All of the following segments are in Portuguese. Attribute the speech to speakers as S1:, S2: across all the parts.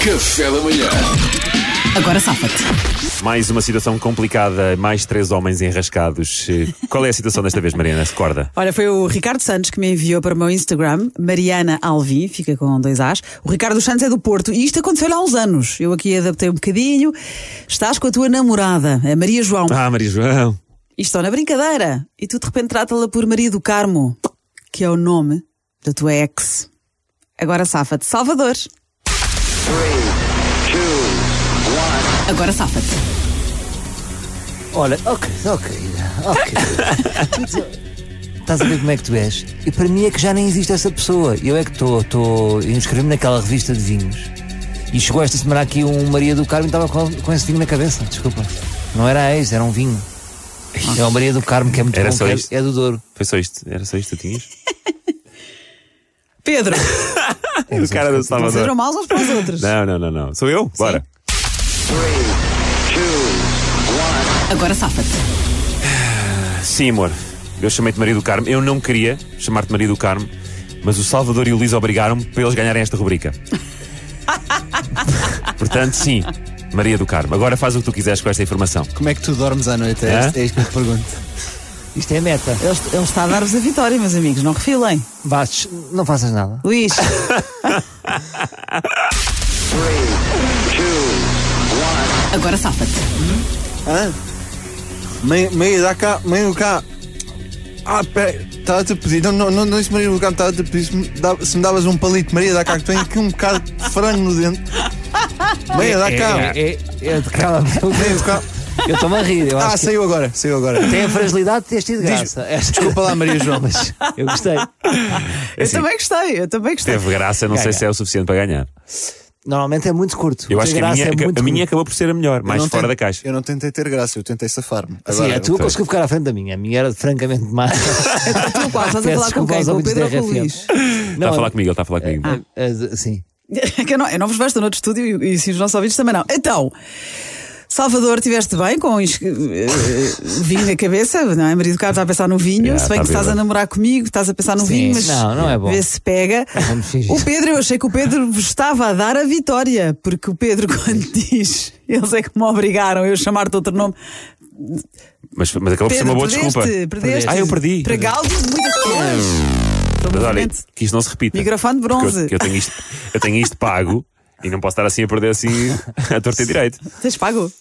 S1: Café da manhã.
S2: Agora safa-te.
S3: Mais uma situação complicada, mais três homens enrascados. Eh, Qual é a situação desta vez, Mariana? Recorda.
S2: Olha, foi o Ricardo Santos que me enviou para o meu Instagram, Mariana Alvim, fica com dois As. O Ricardo Santos é do Porto e isto aconteceu-lhe há uns anos. Eu aqui adaptei um bocadinho. Estás com a tua namorada, a Maria João,
S3: Ah, Maria João.
S2: e estão na brincadeira. E tu de repente trata-la por Maria do Carmo, que é o nome da tua ex. Agora safa-te, Salvador. Agora safa-te.
S4: Olha, ok, oh querida, oh querida. Estás a ver como é que tu és? E para mim é que já nem existe essa pessoa. Eu é que estou, estou, eu inscrevi-me naquela revista de vinhos. E chegou esta semana aqui um Maria do Carmo e estava com, com esse vinho na cabeça, desculpa. Não era ex, era um vinho. É o Maria do Carmo, que é muito
S3: Ah. Era
S4: bom,
S3: só
S4: que é-
S3: isto?
S4: é do Douro.
S3: Foi só isto? Era só isto que tu tinhas?
S2: Pedro,
S3: o cara
S2: fazer
S3: do Salvador.
S2: maus uns para os outros.
S3: Não, não, não, não. Sou eu? Bora.
S2: Agora safa-te.
S3: Sim, amor. Eu chamei-te Maria do Carmo. Eu não queria chamar-te Maria do Carmo, mas o Salvador e o Luís obrigaram-me para eles ganharem esta rubrica. Portanto, sim, Maria do Carmo. Agora faz o que tu quiseres com esta informação.
S5: Como é que tu dormes à noite?
S3: Hã?
S5: É, isto- é isto que eu te pergunto.
S4: Isto é a meta.
S2: Ele, ele está a dar-vos a vitória, meus amigos, não refilem.
S4: Bastos, não faças nada.
S2: Luís. Agora
S3: É
S2: safa-te.
S5: Hã? Meio, meio dá cá, meio cá. Ah, peraí, estava-te a pedir, não, não, não, não disse Maria do Carmo, estava-te a pedir se tipo, me, dava- se me davas um palito, Maria dá cá, que tenho aqui um bocado de frango no dente. Meia dá cá,
S4: É, é, é de calma.
S5: meia dá cá.
S4: Eu estou-me a rir. Eu acho
S5: Ah,
S4: que
S5: saiu agora, saiu agora.
S4: Tem a fragilidade de teres tido
S5: Diz-
S4: graça. Esta-
S5: Desculpa lá, Maria João, mas
S4: Eu gostei.
S3: É assim,
S2: Eu também gostei, eu também gostei.
S3: teve graça, não sei
S4: Ganha.
S3: se é o suficiente para ganhar.
S4: Normalmente é muito curto.
S3: Eu
S4: Ter
S3: acho que a
S4: graça
S3: minha,
S4: é
S3: a
S4: muito
S3: minha
S4: curto.
S3: acabou por ser a melhor, mais
S5: não
S3: fora
S5: tentei-
S3: da caixa.
S5: Eu não tentei ter graça, eu tentei safar-me.
S3: tá
S4: Sim, é.
S5: Agora,
S4: a tua
S5: ok.
S4: conseguiu ficar à frente da minha. A minha era francamente má.
S2: Tu quase estás a
S4: Peço
S2: falar com
S4: desculpa
S2: quem?
S4: aos
S2: Com o
S4: ouvintes
S2: Pedro Ah. ou com
S4: da
S2: o
S4: RFM.
S2: Luís?
S3: Está Tá a
S4: Não,
S3: falar comigo, ele está a falar comigo.
S4: é, é, sim.
S2: Que eu, não, eu não vos vejo, estou no outro estúdio e, e se os nossos ouvintes também não. Então, Salvador, estiveste bem com is- eh, eh, vinho na cabeça, não é? Marido Carlos está a pensar no vinho,
S3: Yeah,
S2: se bem
S3: está
S2: que estás
S3: viva.
S2: a namorar comigo, estás a pensar no
S4: Sim,
S2: vinho, mas
S4: não, não é bom.
S2: vê se pega.
S4: Vamos fingir.
S2: O Pedro, eu achei que o Pedro vos estava a dar a vitória, porque o Pedro, quando diz eles é que me obrigaram eu a chamar-te outro nome,
S3: Mas, mas acabou por ser
S2: Pedro,
S3: uma boa
S2: perdeste,
S3: desculpa.
S2: perdeste.
S3: Ah, eu perdi.
S2: Para Gáudio de muitas pessoas. Estou
S3: Mas olha,
S2: movimento.
S3: que isto não se repita.
S2: Microfone de
S3: Porque eu-
S2: bronze.
S3: que Eu, tenho isto, eu tenho isto pago e não posso estar assim a perder assim a torta e direito.
S2: Tens pago?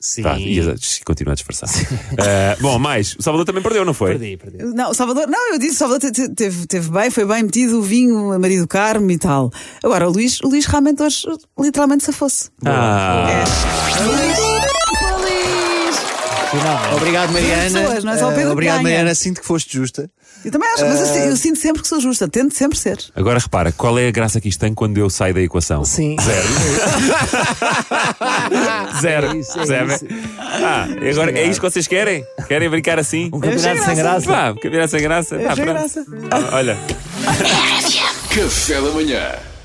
S4: Sim.
S3: Tá, e e continua a disfarçar. Ah, bom, mais, o Salvador também perdeu, não foi?
S4: Perdi, perdi.
S2: Não, o Salvador, não, eu disse, o Salvador te- te- teve, teve bem, foi bem metido o vinho, a marido Carmo e tal. Agora, o Luís, o Luís realmente hoje, literalmente, se fosse.
S4: É.
S3: Ah,
S4: Finalmente.
S5: Obrigado, Mariana.
S2: pessoas, não é só o Pedro
S5: Eh, Obrigado,
S2: que ganha.
S5: Mariana, sinto que foste justa.
S2: Eu também acho, mas eu, si- eu sinto sempre que sou justa, tento sempre ser.
S3: agora repara, qual é a graça que isto tem quando eu saio da equação?
S4: Sim.
S3: Zero.
S4: É isso, é
S3: Zero.
S4: isso.
S3: Ah, e agora é isto que vocês querem? Querem brincar assim? Um
S4: Campeonato sem graça. É
S3: é Pá, campeonato sem graça. Pá,
S2: sem
S3: pronto.
S2: graça.
S3: Ah, olha.
S1: Café da manhã.